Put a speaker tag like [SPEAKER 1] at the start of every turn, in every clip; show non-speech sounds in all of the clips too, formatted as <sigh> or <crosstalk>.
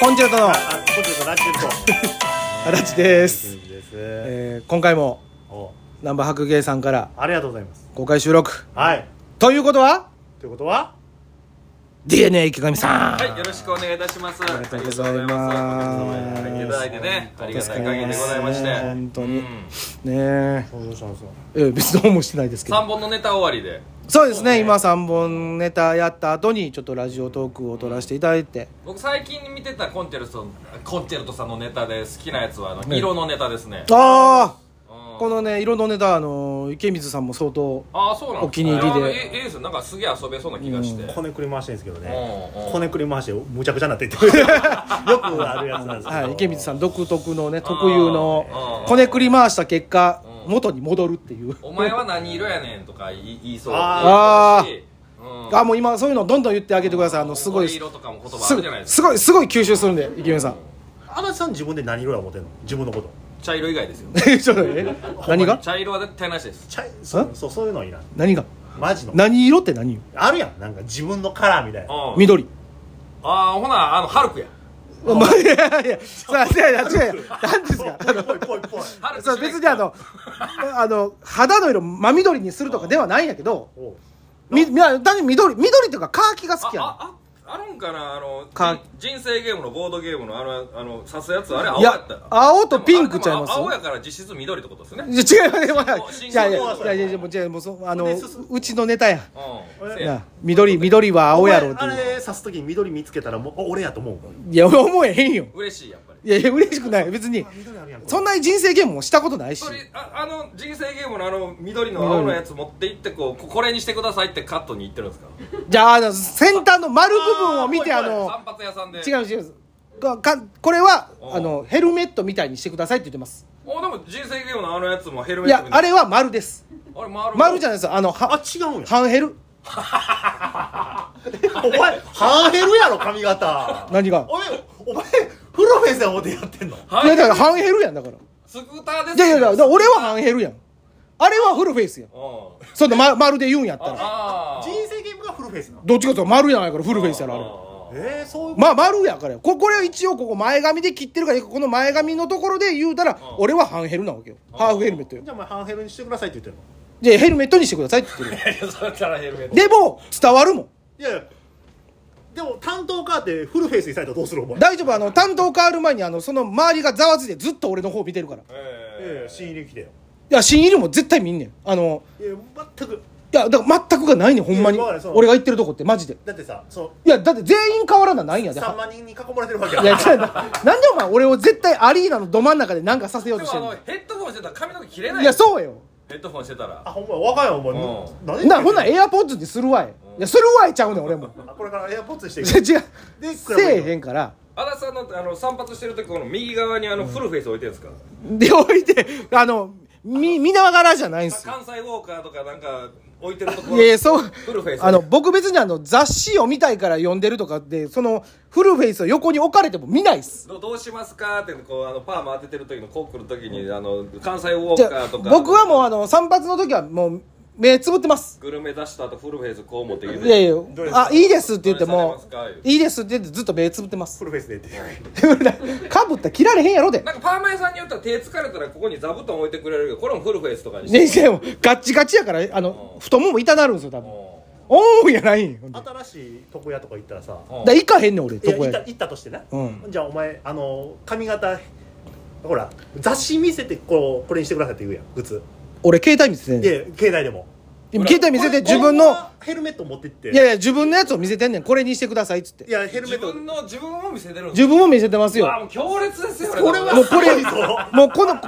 [SPEAKER 1] コンチェルトの
[SPEAKER 2] ああこっちですラジ
[SPEAKER 1] 足立です、
[SPEAKER 2] ルトです
[SPEAKER 1] えー今回も
[SPEAKER 2] お
[SPEAKER 1] 南波白芸さんから
[SPEAKER 2] ありがとうございます
[SPEAKER 1] 公開収録
[SPEAKER 2] はい
[SPEAKER 1] ということは
[SPEAKER 2] ということは
[SPEAKER 1] DNA 池上さん、
[SPEAKER 3] はい、よろしくお願いいたします。あり
[SPEAKER 1] がとうございます
[SPEAKER 3] おかげさまでいただいてね、ありがたい限りでございまして。
[SPEAKER 1] 本当に
[SPEAKER 3] うん
[SPEAKER 1] ね
[SPEAKER 2] どうしたんですか
[SPEAKER 1] ええー別の方もしてないですけ
[SPEAKER 3] 三
[SPEAKER 1] ど
[SPEAKER 3] 本のネタ終わりで、
[SPEAKER 1] そうですね今3本ネタやった後にちょっとラジオトークを撮らせていただいて、
[SPEAKER 3] 僕最近見てたコンチェルト、コンチェルトさんのネタで好きなやつはあの色のネタですね。
[SPEAKER 1] ああ
[SPEAKER 3] こ
[SPEAKER 1] このね色のネタあの池水さんも相当
[SPEAKER 3] ああそうなんですか
[SPEAKER 1] お気に入りで
[SPEAKER 3] いやええええですよなんかすげえ遊べそうな気がして。
[SPEAKER 2] こねくり回してるんですけどね
[SPEAKER 3] うんうん
[SPEAKER 2] こねくり回してむちゃくちゃになっていって <laughs> よくあるやつなんですけど
[SPEAKER 1] はい、池水さ
[SPEAKER 2] ん
[SPEAKER 1] ん独特のね特有の
[SPEAKER 3] うん
[SPEAKER 1] こねくり回した結果元に戻るっていう
[SPEAKER 3] お前は何色やねんとか言い言いそう。
[SPEAKER 2] あ
[SPEAKER 1] ー
[SPEAKER 3] 言いそうだし
[SPEAKER 1] あもう今そういうのどんどん言ってあげてくださいあ
[SPEAKER 3] うん
[SPEAKER 1] のすごい
[SPEAKER 3] 俺
[SPEAKER 1] す
[SPEAKER 3] 色とかも言葉あるじゃないで
[SPEAKER 1] す
[SPEAKER 3] すか。
[SPEAKER 1] ごいすごい吸収するんで池上さん <laughs>
[SPEAKER 2] 足立さん自分で何色や思ってんの自分のこと
[SPEAKER 3] 茶色以外ですよ。
[SPEAKER 1] えちょっとえ何が
[SPEAKER 3] 茶色は絶対なしです。
[SPEAKER 2] ちゃいそうそうそういうのいらん
[SPEAKER 1] 何が
[SPEAKER 2] マジの
[SPEAKER 1] 何色って何よ
[SPEAKER 2] あるやんなんか自分のカラーみたいな
[SPEAKER 3] うん
[SPEAKER 1] 緑
[SPEAKER 3] ああほなあのハルクや。
[SPEAKER 1] お前いやいやさあいやいや違うよ何ですかあの
[SPEAKER 2] ぽいぽいぽい
[SPEAKER 3] ハルク
[SPEAKER 1] そう別にあのあの肌の色真緑にするとかではないんやけど
[SPEAKER 2] <laughs> おう
[SPEAKER 1] みみ単に緑緑っていうかカーキが好きやねん
[SPEAKER 3] ああああるんかなあの
[SPEAKER 1] か
[SPEAKER 3] じ人生ゲームのボードゲームのあのあの刺すやつあれ青
[SPEAKER 1] い
[SPEAKER 3] や
[SPEAKER 1] や
[SPEAKER 3] ったよ、
[SPEAKER 1] 青とピンクちゃいます
[SPEAKER 3] でもあ青やから実質緑ってことですねうん
[SPEAKER 1] いや違うよ、まあ、いやいやい
[SPEAKER 3] 信号はそ
[SPEAKER 1] や
[SPEAKER 3] れ
[SPEAKER 1] いやいやもう違うもうそうあの
[SPEAKER 2] ほんで進む
[SPEAKER 1] うちのネタや
[SPEAKER 2] え
[SPEAKER 3] せや
[SPEAKER 1] な緑緑は青やろって
[SPEAKER 2] お前あ
[SPEAKER 1] いう
[SPEAKER 2] れ刺す時に緑見つけたらもうお俺やと思う
[SPEAKER 1] いや思えへんよ
[SPEAKER 3] 嬉しいやっぱり
[SPEAKER 1] いやいや嬉しくない別に
[SPEAKER 2] あ緑あるやん
[SPEAKER 1] そんな人生ゲームもしたことないし
[SPEAKER 3] それああの人生ゲームのあの緑の青のやつ持って行ってこうここれにしてくださいってカットに行ってるんですか
[SPEAKER 1] じゃああの先端の丸部分を見て
[SPEAKER 2] あ
[SPEAKER 1] あ
[SPEAKER 2] ー
[SPEAKER 1] の
[SPEAKER 3] 散髪屋さんで
[SPEAKER 1] 違う違うかかこれは
[SPEAKER 3] うん
[SPEAKER 1] あのヘルメットみたいにしてくださいって言ってます
[SPEAKER 3] おでも人生ゲームのあのやつもヘル
[SPEAKER 1] い
[SPEAKER 3] メット
[SPEAKER 1] や
[SPEAKER 3] みた
[SPEAKER 1] あ
[SPEAKER 3] いな
[SPEAKER 1] れは丸です
[SPEAKER 3] あれ丸
[SPEAKER 1] 丸じゃ
[SPEAKER 3] ん
[SPEAKER 1] ないですよあのは
[SPEAKER 2] あ違うんや
[SPEAKER 1] 半ヘル
[SPEAKER 2] お前ハーヘルやろ髪型
[SPEAKER 1] 何が
[SPEAKER 2] お前お前フルフェイスや思ってやってんの
[SPEAKER 1] いやだから半ヘルやんだからい
[SPEAKER 3] スクーターです
[SPEAKER 1] やいやだから俺は半ヘルやんあれはフルフェイスやん
[SPEAKER 3] うん
[SPEAKER 1] そんな、ま、丸で言うんやったら
[SPEAKER 3] ああ
[SPEAKER 2] 人生ゲームがフルフェイスなの
[SPEAKER 1] どっちかというと丸やないからフルフェイスやろあれ
[SPEAKER 2] えー、そういう
[SPEAKER 1] まあ丸やからよここれは一応ここ前髪で切ってるからこの前髪のところで言うたら俺は半ヘルなわけよハーフヘルメットよ
[SPEAKER 2] じゃあお前ハーヘルにしてくださいって言ってんの
[SPEAKER 1] じゃあヘルメットにしてくださいって言ってるよ
[SPEAKER 3] いやそれからヘルメット
[SPEAKER 1] でも伝わるもん
[SPEAKER 2] いやいやでも担当変わってフルフェイスにされたらどうするお前
[SPEAKER 1] 大丈夫あの担当変わる前にあのその周りがざわついてずっと俺の方見てるからい
[SPEAKER 2] え
[SPEAKER 3] え
[SPEAKER 2] え新入り来てよ
[SPEAKER 1] や新入りも絶対見んねんあの
[SPEAKER 2] いや全く
[SPEAKER 1] いやだから全くがないねんほんまに
[SPEAKER 2] いやまあそう
[SPEAKER 1] 俺が言ってるとこってマジで
[SPEAKER 2] だってさそ
[SPEAKER 1] いやだって全員変わらなないんや
[SPEAKER 2] の
[SPEAKER 1] で
[SPEAKER 2] 3万人に囲まれてるわけ
[SPEAKER 1] いや違うななんでお前俺を絶対アリーナのど真ん中で何かさせよう
[SPEAKER 3] で
[SPEAKER 1] と
[SPEAKER 3] も
[SPEAKER 1] して
[SPEAKER 3] あ
[SPEAKER 1] るの
[SPEAKER 3] のヘッドホンしてたら髪の毛切れない
[SPEAKER 1] いやそうよ
[SPEAKER 3] ヘッドホンしてたら
[SPEAKER 2] あほんま若いお前
[SPEAKER 3] うん
[SPEAKER 2] 何
[SPEAKER 1] なほんなエアポッズにするわいいやするわいちゃうねん俺も
[SPEAKER 2] あこれからエアポッツにしていく
[SPEAKER 1] <laughs> 違う違う
[SPEAKER 2] で
[SPEAKER 1] せえへんから
[SPEAKER 3] 足立さんのあの散髪してる時この右側にあのフルフェイス置いてるんですか、
[SPEAKER 1] で置いてあのみ見ながらじゃないんすよ
[SPEAKER 3] 関西ウォーカーとかなんか置いてるところ
[SPEAKER 1] いやいやそう
[SPEAKER 3] フルフェイス
[SPEAKER 1] あの僕別にあの雑誌を見たいから読んでるとかでそのフルフェイスを横に置かれても見ないっす
[SPEAKER 3] どどうしますかってこうあのパーマ当ててる時のコックの時にあの関西ウォ
[SPEAKER 1] じ
[SPEAKER 3] ー
[SPEAKER 1] ゃ
[SPEAKER 3] カ
[SPEAKER 1] あ
[SPEAKER 3] ーとか
[SPEAKER 1] 僕はもうあの散髪の時はもう目つぶってます
[SPEAKER 3] グルメ出した後フルフェイスこう持ってきて
[SPEAKER 1] いやいや
[SPEAKER 2] どれ
[SPEAKER 1] あいいですって言って
[SPEAKER 3] どれ
[SPEAKER 1] も
[SPEAKER 3] されますか
[SPEAKER 1] いいですって言ってずっと目つぶってます <laughs>
[SPEAKER 2] フルフェイスでって
[SPEAKER 1] かぶったら切られへんやろで
[SPEAKER 3] なんかパーマ屋さんによっては手疲れたらここに座布団置いてくれるけどこれもフルフェイスとかにして、
[SPEAKER 1] ねえもガッチガチやからあの太もも痛なるんですよ多分
[SPEAKER 3] う
[SPEAKER 1] おーんやないんよほんでだか
[SPEAKER 2] 新しい床屋とか行ったらさ
[SPEAKER 3] んうん
[SPEAKER 1] ら行かへんねん俺
[SPEAKER 2] いや
[SPEAKER 1] 床
[SPEAKER 2] 行っ
[SPEAKER 1] 屋
[SPEAKER 2] た行ったとしてね、
[SPEAKER 1] うん
[SPEAKER 2] じゃあお前あの髪型ほら雑誌見せてこうこれにしてくださいって言うやん普通
[SPEAKER 1] 俺携帯見せてんねん
[SPEAKER 2] で携帯でも
[SPEAKER 1] 今携帯見せて自分
[SPEAKER 2] ほん
[SPEAKER 1] の
[SPEAKER 2] まはヘルメット持ってって
[SPEAKER 1] いやいや自分のやつを見せてんねんこれにしてくださいっつっ
[SPEAKER 2] い
[SPEAKER 1] て
[SPEAKER 2] やヘルメ
[SPEAKER 3] 自
[SPEAKER 2] ット
[SPEAKER 3] 分の自分を見せてるんです
[SPEAKER 1] 自分も見せてます
[SPEAKER 3] あ
[SPEAKER 1] よ
[SPEAKER 3] もう強烈ですよ
[SPEAKER 2] これは
[SPEAKER 3] もう
[SPEAKER 1] これ
[SPEAKER 2] すごいぞ
[SPEAKER 1] もうこの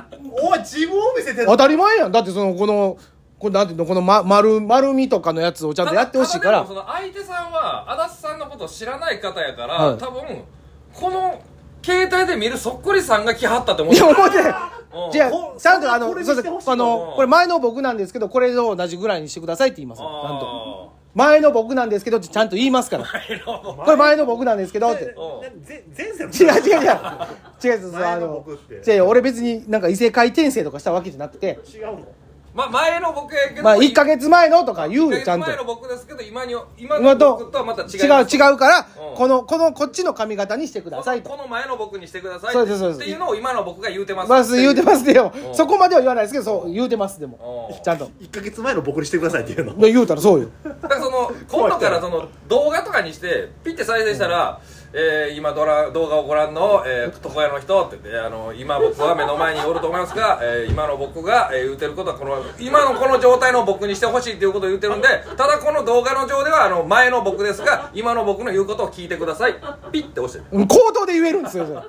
[SPEAKER 2] おい自分を見せてんの
[SPEAKER 1] 当たり前やんだってそのこのこれなんていうのこの、ま、丸丸みとかのやつをちゃんとやってほしいか
[SPEAKER 3] ただ
[SPEAKER 1] ら
[SPEAKER 3] でもその相手さんは足立さんのことを知らない方やから、
[SPEAKER 1] はい
[SPEAKER 3] 多分この携帯で見るそっくりさんが来はったって思っ
[SPEAKER 1] い
[SPEAKER 3] て
[SPEAKER 1] や
[SPEAKER 3] る
[SPEAKER 1] 思ってない
[SPEAKER 3] うん
[SPEAKER 1] じゃ
[SPEAKER 2] こ
[SPEAKER 1] あちゃんと
[SPEAKER 2] そ
[SPEAKER 1] あ
[SPEAKER 2] んなこ
[SPEAKER 1] の
[SPEAKER 2] れ
[SPEAKER 1] そう
[SPEAKER 2] 見てほ
[SPEAKER 1] で
[SPEAKER 2] しい
[SPEAKER 1] すあの
[SPEAKER 3] うん
[SPEAKER 1] これ前の僕なんですけどこれと同じぐらいにしてくださいって言いますよちゃんと
[SPEAKER 3] あ
[SPEAKER 1] 前の僕なんですけどってちゃんと言いますから
[SPEAKER 3] ー
[SPEAKER 1] これ前の僕なんですけどって
[SPEAKER 2] ぜ前世の
[SPEAKER 1] 違う違う違う違う違うあ
[SPEAKER 2] 前の
[SPEAKER 1] の
[SPEAKER 2] 僕って
[SPEAKER 1] 違う俺別になんか異性界転生とかしたわけじゃなくて
[SPEAKER 2] 違うの
[SPEAKER 3] まあ前の僕やけど
[SPEAKER 1] まあ1か月前のとか言うよちゃんと
[SPEAKER 3] 一ヶ月前の僕ですけど今に今
[SPEAKER 1] 今
[SPEAKER 3] の
[SPEAKER 1] と
[SPEAKER 3] 僕とはまた違い
[SPEAKER 1] 違う違うから、
[SPEAKER 3] うん
[SPEAKER 1] このこのこっちの髪型にしてくだ
[SPEAKER 3] こ
[SPEAKER 1] さ
[SPEAKER 3] の
[SPEAKER 1] いと
[SPEAKER 3] この前の僕にしてください
[SPEAKER 1] そうですそうです
[SPEAKER 3] っていうのを今の僕が言うてます
[SPEAKER 1] まず言うてますでよ
[SPEAKER 3] うん
[SPEAKER 1] そこまでは言わないですけどそう言うてますでも
[SPEAKER 3] うん
[SPEAKER 1] ちゃんと
[SPEAKER 2] 1か月前の僕にしてくださいっていうの
[SPEAKER 1] で言うたらそうよ
[SPEAKER 3] だからその今度からその動画とかにしてピッて再生したら、えー今ドラ動画をご覧の、えー、床屋の人って言ってあの今僕は目の前におると思いますが、えー今の僕が、えー言うてることはこの今のこの状態の僕にしてほしいっていうことを言ってるんでただこの動画の上ではあの前の僕ですが今の僕の言うことを聞いてくださいピッて押して
[SPEAKER 1] うん口頭で言えるんですよそれ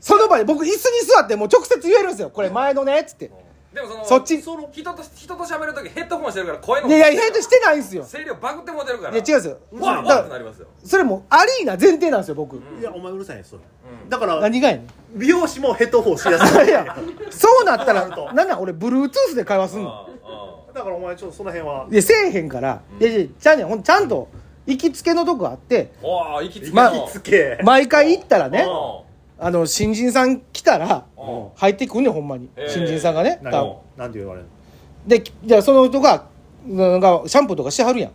[SPEAKER 1] その場で僕椅子に座ってもう直接言えるんですよこれ前のねっつって
[SPEAKER 3] でもその
[SPEAKER 1] そっち
[SPEAKER 3] その人と人と喋るときヘッドホンしてるから声の
[SPEAKER 1] いやいやヘイトしてないんですよ
[SPEAKER 3] 声量バグって持てるから
[SPEAKER 1] いや違うんですよ
[SPEAKER 3] わーわーってなりますよ
[SPEAKER 1] それもうアリーナ前提なんですよ僕
[SPEAKER 2] いやお前うるさいねそれ、だから
[SPEAKER 1] 何がやねん
[SPEAKER 2] 美容師もヘッドホンしやす
[SPEAKER 1] <laughs>
[SPEAKER 2] い
[SPEAKER 1] いやそうなったら
[SPEAKER 2] そうなると
[SPEAKER 1] なんなん俺 Bluetooth で会話すんの
[SPEAKER 3] あああ
[SPEAKER 2] だからお前ちょっとその辺はい
[SPEAKER 1] やせえへんからいやいやちゃうねんほんちゃんと行きつけのとこあって
[SPEAKER 3] あおー息つけ
[SPEAKER 1] まあ
[SPEAKER 3] の
[SPEAKER 2] 行きつけ
[SPEAKER 1] 毎回行ったらね
[SPEAKER 3] うん
[SPEAKER 1] あの新人さん来たら
[SPEAKER 3] うん
[SPEAKER 1] 入ってくんねんほんまに
[SPEAKER 3] えー
[SPEAKER 1] 新人さんがね
[SPEAKER 2] 何
[SPEAKER 1] 多
[SPEAKER 2] を何て言われる
[SPEAKER 1] 分でじゃあその人がなんかシャンプーとかしてはるやん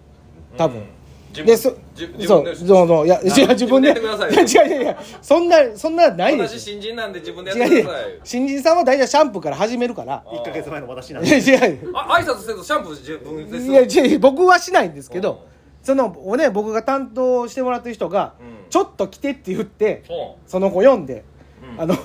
[SPEAKER 1] 多分
[SPEAKER 3] 自分
[SPEAKER 1] でそ
[SPEAKER 3] じ自
[SPEAKER 1] そ
[SPEAKER 3] 分
[SPEAKER 1] う
[SPEAKER 3] で
[SPEAKER 1] そうそういや
[SPEAKER 3] 自
[SPEAKER 1] 違う
[SPEAKER 3] 分で
[SPEAKER 1] 自分で
[SPEAKER 3] やってくださいよ
[SPEAKER 1] <laughs> いや違ういやいやそんなそんなないで
[SPEAKER 3] 私
[SPEAKER 1] す
[SPEAKER 3] 新人なんで自分で
[SPEAKER 1] 違
[SPEAKER 3] やっ
[SPEAKER 1] う
[SPEAKER 3] て
[SPEAKER 1] 違
[SPEAKER 3] くださいう
[SPEAKER 1] 新人さんは大体シャンプーから始めるから
[SPEAKER 3] あ
[SPEAKER 2] 1か月前の私なん
[SPEAKER 1] いや <laughs>
[SPEAKER 2] で
[SPEAKER 1] 違う
[SPEAKER 3] あ挨拶せずシャンプー自分です
[SPEAKER 1] いや違う僕はしないんですけど
[SPEAKER 3] う
[SPEAKER 1] そのおね僕が担当してもらってる人が
[SPEAKER 3] うん
[SPEAKER 1] 「ちょっと来て」って言って
[SPEAKER 3] ほ
[SPEAKER 1] その子読んで
[SPEAKER 3] う
[SPEAKER 1] 「
[SPEAKER 3] ん
[SPEAKER 1] あの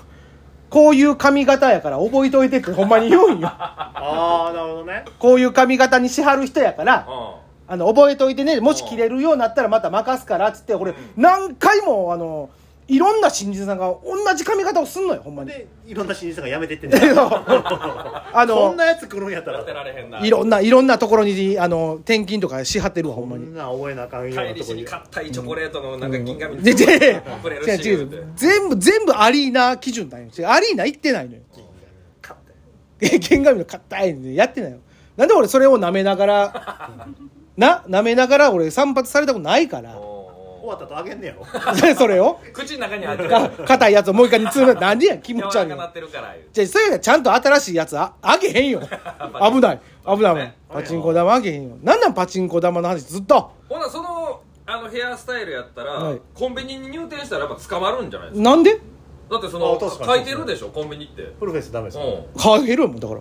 [SPEAKER 1] こういう髪型やから覚えといて」ってほんまに言
[SPEAKER 3] <laughs>
[SPEAKER 1] うんよ
[SPEAKER 2] ああなるほどね
[SPEAKER 1] こういう髪型にしはる人やから
[SPEAKER 3] う
[SPEAKER 1] あの覚えといてねもし切れるようになったらまた任すからっつって俺何回もあのいろんな新人さんが同じ髪型をすんのよほんまに。
[SPEAKER 2] でいろんな新人さんが辞めてってん
[SPEAKER 1] け
[SPEAKER 2] だ
[SPEAKER 1] ど
[SPEAKER 2] <laughs> よ
[SPEAKER 1] あ
[SPEAKER 2] そ
[SPEAKER 1] の
[SPEAKER 2] んなやつ来るんやった
[SPEAKER 3] んや
[SPEAKER 2] ら
[SPEAKER 3] ってられへんない
[SPEAKER 1] ろんないろんなところにあの転勤とかしはってるわほ
[SPEAKER 2] こ
[SPEAKER 1] んまに
[SPEAKER 2] ん。な覚えなあかんような
[SPEAKER 3] 帰
[SPEAKER 2] と
[SPEAKER 3] り
[SPEAKER 2] こ
[SPEAKER 3] し
[SPEAKER 2] に
[SPEAKER 3] に硬いチョコレートのなんか銀紙
[SPEAKER 1] で、で、
[SPEAKER 3] プレ
[SPEAKER 1] 違
[SPEAKER 3] ル
[SPEAKER 1] う
[SPEAKER 3] シー
[SPEAKER 1] 違
[SPEAKER 3] ルで
[SPEAKER 1] う全部、全部アリーナ基準だよ。違うアリーナ行ってないのよ。え、剣神の硬いんでやってないよ。なんで俺それを舐めながら、
[SPEAKER 3] <laughs>
[SPEAKER 1] な、舐めながら俺散髪されたことないから、
[SPEAKER 3] お
[SPEAKER 2] 終わったとあげんねや
[SPEAKER 1] <laughs>
[SPEAKER 2] ろ
[SPEAKER 1] それを、
[SPEAKER 3] ー口の中に入ってる
[SPEAKER 1] か硬いやつをもう一回につるなんでやん、気持
[SPEAKER 3] 柔ら
[SPEAKER 1] ち悪い
[SPEAKER 3] か。なってるから言う
[SPEAKER 1] じゃあ、それがちゃんと新しいやつあ、あげへ
[SPEAKER 3] <laughs>
[SPEAKER 1] んよ。危ない。危ないもん
[SPEAKER 3] ね。
[SPEAKER 1] パチンコ玉あげへんよ。なんなんパチンコ玉の話ずっと。
[SPEAKER 3] ほなそのあのヘアスタイルやったら、
[SPEAKER 1] はい
[SPEAKER 3] コンビニに入店したらやっぱ捕まるんじゃないですか
[SPEAKER 1] なんで
[SPEAKER 3] だってその
[SPEAKER 2] あ確かに
[SPEAKER 3] 書いてるでしょコンビニってうん
[SPEAKER 2] フルフェイスダメですよ
[SPEAKER 1] ハンヘルやもん、だから。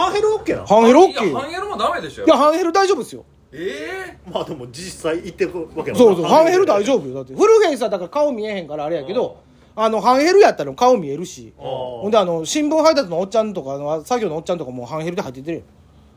[SPEAKER 2] ハンヘルオッケーなの
[SPEAKER 1] ハンヘル OK
[SPEAKER 3] いやハンエルもダメでしょ
[SPEAKER 1] いや、ハンヘル大丈夫ですよ。
[SPEAKER 3] ええ
[SPEAKER 2] まあでも実際行ってくわけやもん
[SPEAKER 1] そうそう、ハンヘル大
[SPEAKER 2] 夫
[SPEAKER 1] 丈夫よ。だって、フルフェイスはだから顔見えへんからあれやけど、あの、ハンヘルやったら顔見えるし、ほんで、あの、新聞配達のおっちゃんとか、あの作業のおっちゃんとかもハンヘルで入っててるよ。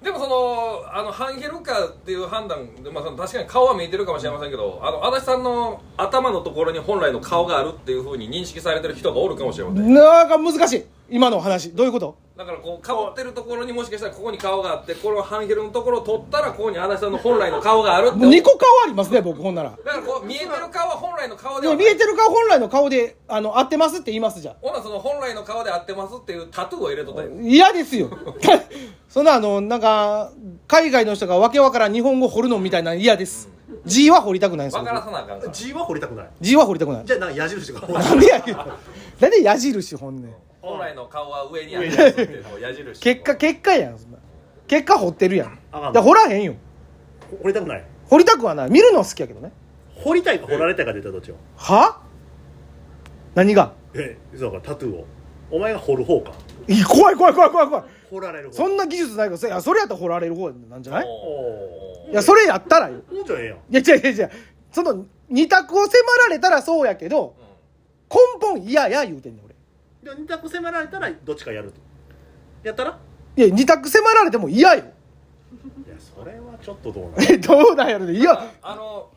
[SPEAKER 3] でもそのあのハンヘルかっていう判断、まあ、その確かに顔は見えてるかもしれませんけどあの足立さんの頭のところに本来の顔があるっていうふうに認識されてる人がおるかもしれません
[SPEAKER 1] なんか難しい。今のお話。どういうこと
[SPEAKER 3] だからこう顔ってるところにもしかしたらここに顔があってこのハンヘルのところを取ったらここに足立さんの本来の顔があるって
[SPEAKER 1] 2個顔ありますね、僕、ほんなら。
[SPEAKER 3] だからこう見えてる顔は本来の顔で
[SPEAKER 1] で
[SPEAKER 3] は
[SPEAKER 1] も
[SPEAKER 3] な
[SPEAKER 1] 見
[SPEAKER 3] い
[SPEAKER 1] えてる顔、本来の顔で、あの、合ってますって言いますじゃん。
[SPEAKER 3] ほなその本来の顔で合ってますっていうタトゥーを入れとったんや
[SPEAKER 1] 嫌ですよ。 <laughs> そんな、あの、なんか、海外の人がわけわからん日本語掘るのみたいなの嫌です。字は掘りたくないんですよ
[SPEAKER 3] 分か。らさなあかんから
[SPEAKER 2] 字は掘りたくない
[SPEAKER 1] 僕字は掘りたくない。
[SPEAKER 2] じゃあなんか矢印が
[SPEAKER 1] なんでやねん。なんで矢印ほんねん。
[SPEAKER 3] 本来の顔は上にあるやつっていうのを矢印
[SPEAKER 1] 結果結果やんそんな結果掘ってるやん
[SPEAKER 2] あかん
[SPEAKER 1] で掘らへんよ
[SPEAKER 2] 掘りたくない
[SPEAKER 1] 掘りたくはない見るのは好きやけどね
[SPEAKER 2] 掘りたいか掘られたいかで言ったらどっちよ
[SPEAKER 1] は何が
[SPEAKER 2] えそうかタトゥーをお前が掘る方か
[SPEAKER 1] い怖い怖い怖い怖い怖い
[SPEAKER 2] 掘られる方
[SPEAKER 1] そんな技術ないからそいやそれやったら掘られる方なんじゃない
[SPEAKER 2] お
[SPEAKER 3] お
[SPEAKER 1] いやそれやったらよ
[SPEAKER 2] おもんじゃええやん
[SPEAKER 1] いや違う違う違うその二択を迫られたらそうやけど
[SPEAKER 3] ーうん
[SPEAKER 1] 根本嫌や言うてんねん俺
[SPEAKER 2] でも二択迫られたらどっちかやるとやったら
[SPEAKER 1] いや二択迫られても嫌よ <laughs>
[SPEAKER 2] いやそれはちょっとどうなの
[SPEAKER 1] えどうなんやろねいや
[SPEAKER 3] あの、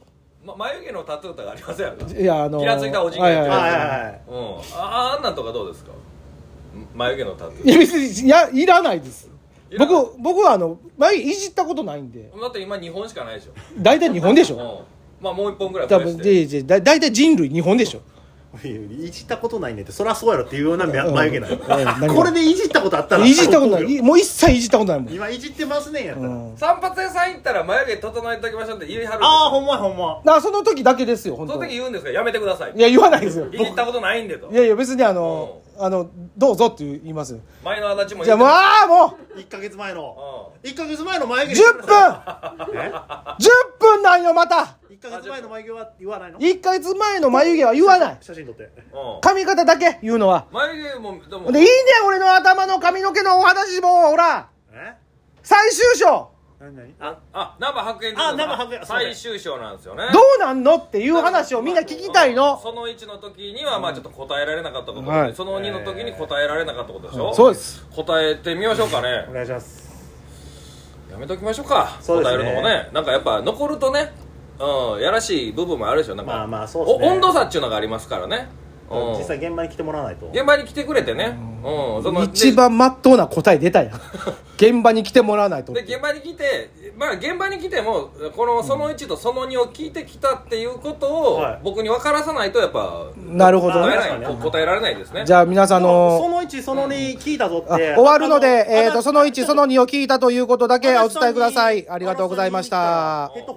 [SPEAKER 3] ま、眉毛のタトゥーとかありませんやろ
[SPEAKER 1] いやあの
[SPEAKER 3] 気がついたおじいが
[SPEAKER 1] は
[SPEAKER 3] やって
[SPEAKER 1] い
[SPEAKER 3] る
[SPEAKER 1] はい
[SPEAKER 2] はい
[SPEAKER 1] はい
[SPEAKER 2] はいはい
[SPEAKER 3] うんああんなんとかどうですかん眉毛のタトゥ
[SPEAKER 1] い
[SPEAKER 3] ー
[SPEAKER 1] や別にいやいらないです
[SPEAKER 3] いらない
[SPEAKER 1] 僕僕はあの前いじったことないんで
[SPEAKER 3] だって今2本しかないでしょ
[SPEAKER 1] 大体日本でし
[SPEAKER 3] う
[SPEAKER 1] ょ
[SPEAKER 3] んまあもう1本ぐらい増
[SPEAKER 1] 多
[SPEAKER 3] やし
[SPEAKER 1] 分で
[SPEAKER 3] て
[SPEAKER 1] でだ大体人類日本でしょ
[SPEAKER 2] いじったことないねってそりゃそうやろっていうような目
[SPEAKER 1] うん
[SPEAKER 2] 眉毛な
[SPEAKER 1] うん何が
[SPEAKER 2] のこれでいじったことあったら
[SPEAKER 1] いじったことな
[SPEAKER 2] 怒る
[SPEAKER 1] い
[SPEAKER 2] よ
[SPEAKER 1] いもう一切いじったことないもん、
[SPEAKER 2] 今いじってますねんやったら、
[SPEAKER 1] うん、
[SPEAKER 3] 散髪屋さん行ったら眉毛整えておきましょうって言い張るんですよ
[SPEAKER 2] ああほんまやほんま
[SPEAKER 1] だからその時だけですよ本
[SPEAKER 3] そ
[SPEAKER 1] 当
[SPEAKER 3] の時
[SPEAKER 1] い
[SPEAKER 3] 言うんですからやめてください
[SPEAKER 1] や言わないですよ
[SPEAKER 3] 言ったことないんでと
[SPEAKER 1] いやいや別にあのあのどうぞって言いますよ
[SPEAKER 3] 前の足立も
[SPEAKER 1] じゃ
[SPEAKER 3] 言
[SPEAKER 1] あもう
[SPEAKER 3] う
[SPEAKER 1] ああもう
[SPEAKER 2] 1か月前の
[SPEAKER 3] う
[SPEAKER 2] 1か月前の眉毛
[SPEAKER 1] 10分
[SPEAKER 2] え
[SPEAKER 1] 10分くんなんよまた
[SPEAKER 2] 一ヶ月前の眉毛は言わないの
[SPEAKER 1] 1ヶ月前の眉毛は言わない
[SPEAKER 2] 写真撮って
[SPEAKER 3] うん
[SPEAKER 1] 髪型だけ言うのは
[SPEAKER 3] 眉毛もでも
[SPEAKER 1] でいいねん俺の頭の髪の毛のお話もほら
[SPEAKER 2] え
[SPEAKER 1] 最終章
[SPEAKER 2] 何何あ
[SPEAKER 3] あ生白煙
[SPEAKER 2] あ生白煙
[SPEAKER 3] 最終章なんですよね
[SPEAKER 1] どうなんのっていう話をみんな聞きたい
[SPEAKER 3] うん
[SPEAKER 1] の
[SPEAKER 3] その1の時にはまあちょっと答えられなかったことで、
[SPEAKER 1] はい
[SPEAKER 3] その2の時に答えられなかったことでしょ、
[SPEAKER 1] そうです
[SPEAKER 3] 答えてみましょうかね
[SPEAKER 2] お願いします
[SPEAKER 3] やめときましょうか
[SPEAKER 2] そうです
[SPEAKER 3] 答
[SPEAKER 2] ね
[SPEAKER 3] えるのもねなんかやっぱ残るとね、うん、やらしい部分もあるでしょなんか、
[SPEAKER 2] まあまあそうですね
[SPEAKER 3] お温度差っちゅうのがありますからね、うん、
[SPEAKER 2] 実際現場に来てもらわないと
[SPEAKER 3] 現場に来てくれてね、うんそので
[SPEAKER 1] 一番真っ当な答え出たやん現場に来てもらわないと
[SPEAKER 3] で現場に来てまあ現場に来てもこのその1とその2を聞いてきたっていうことを
[SPEAKER 2] はい
[SPEAKER 3] 僕に分からさないとやっぱ
[SPEAKER 1] なるほど
[SPEAKER 3] 答え
[SPEAKER 1] ね
[SPEAKER 2] あ
[SPEAKER 3] ない
[SPEAKER 2] うん
[SPEAKER 3] 答えられないですね
[SPEAKER 1] じゃあ皆さんあ
[SPEAKER 2] そ
[SPEAKER 1] の
[SPEAKER 2] の1その2聞いたぞ
[SPEAKER 1] あ
[SPEAKER 2] って
[SPEAKER 1] 終わるので、えー、とその
[SPEAKER 2] 一
[SPEAKER 1] 1その2を聞いたということだけお伝えくださいありがとうございました
[SPEAKER 2] ヘッド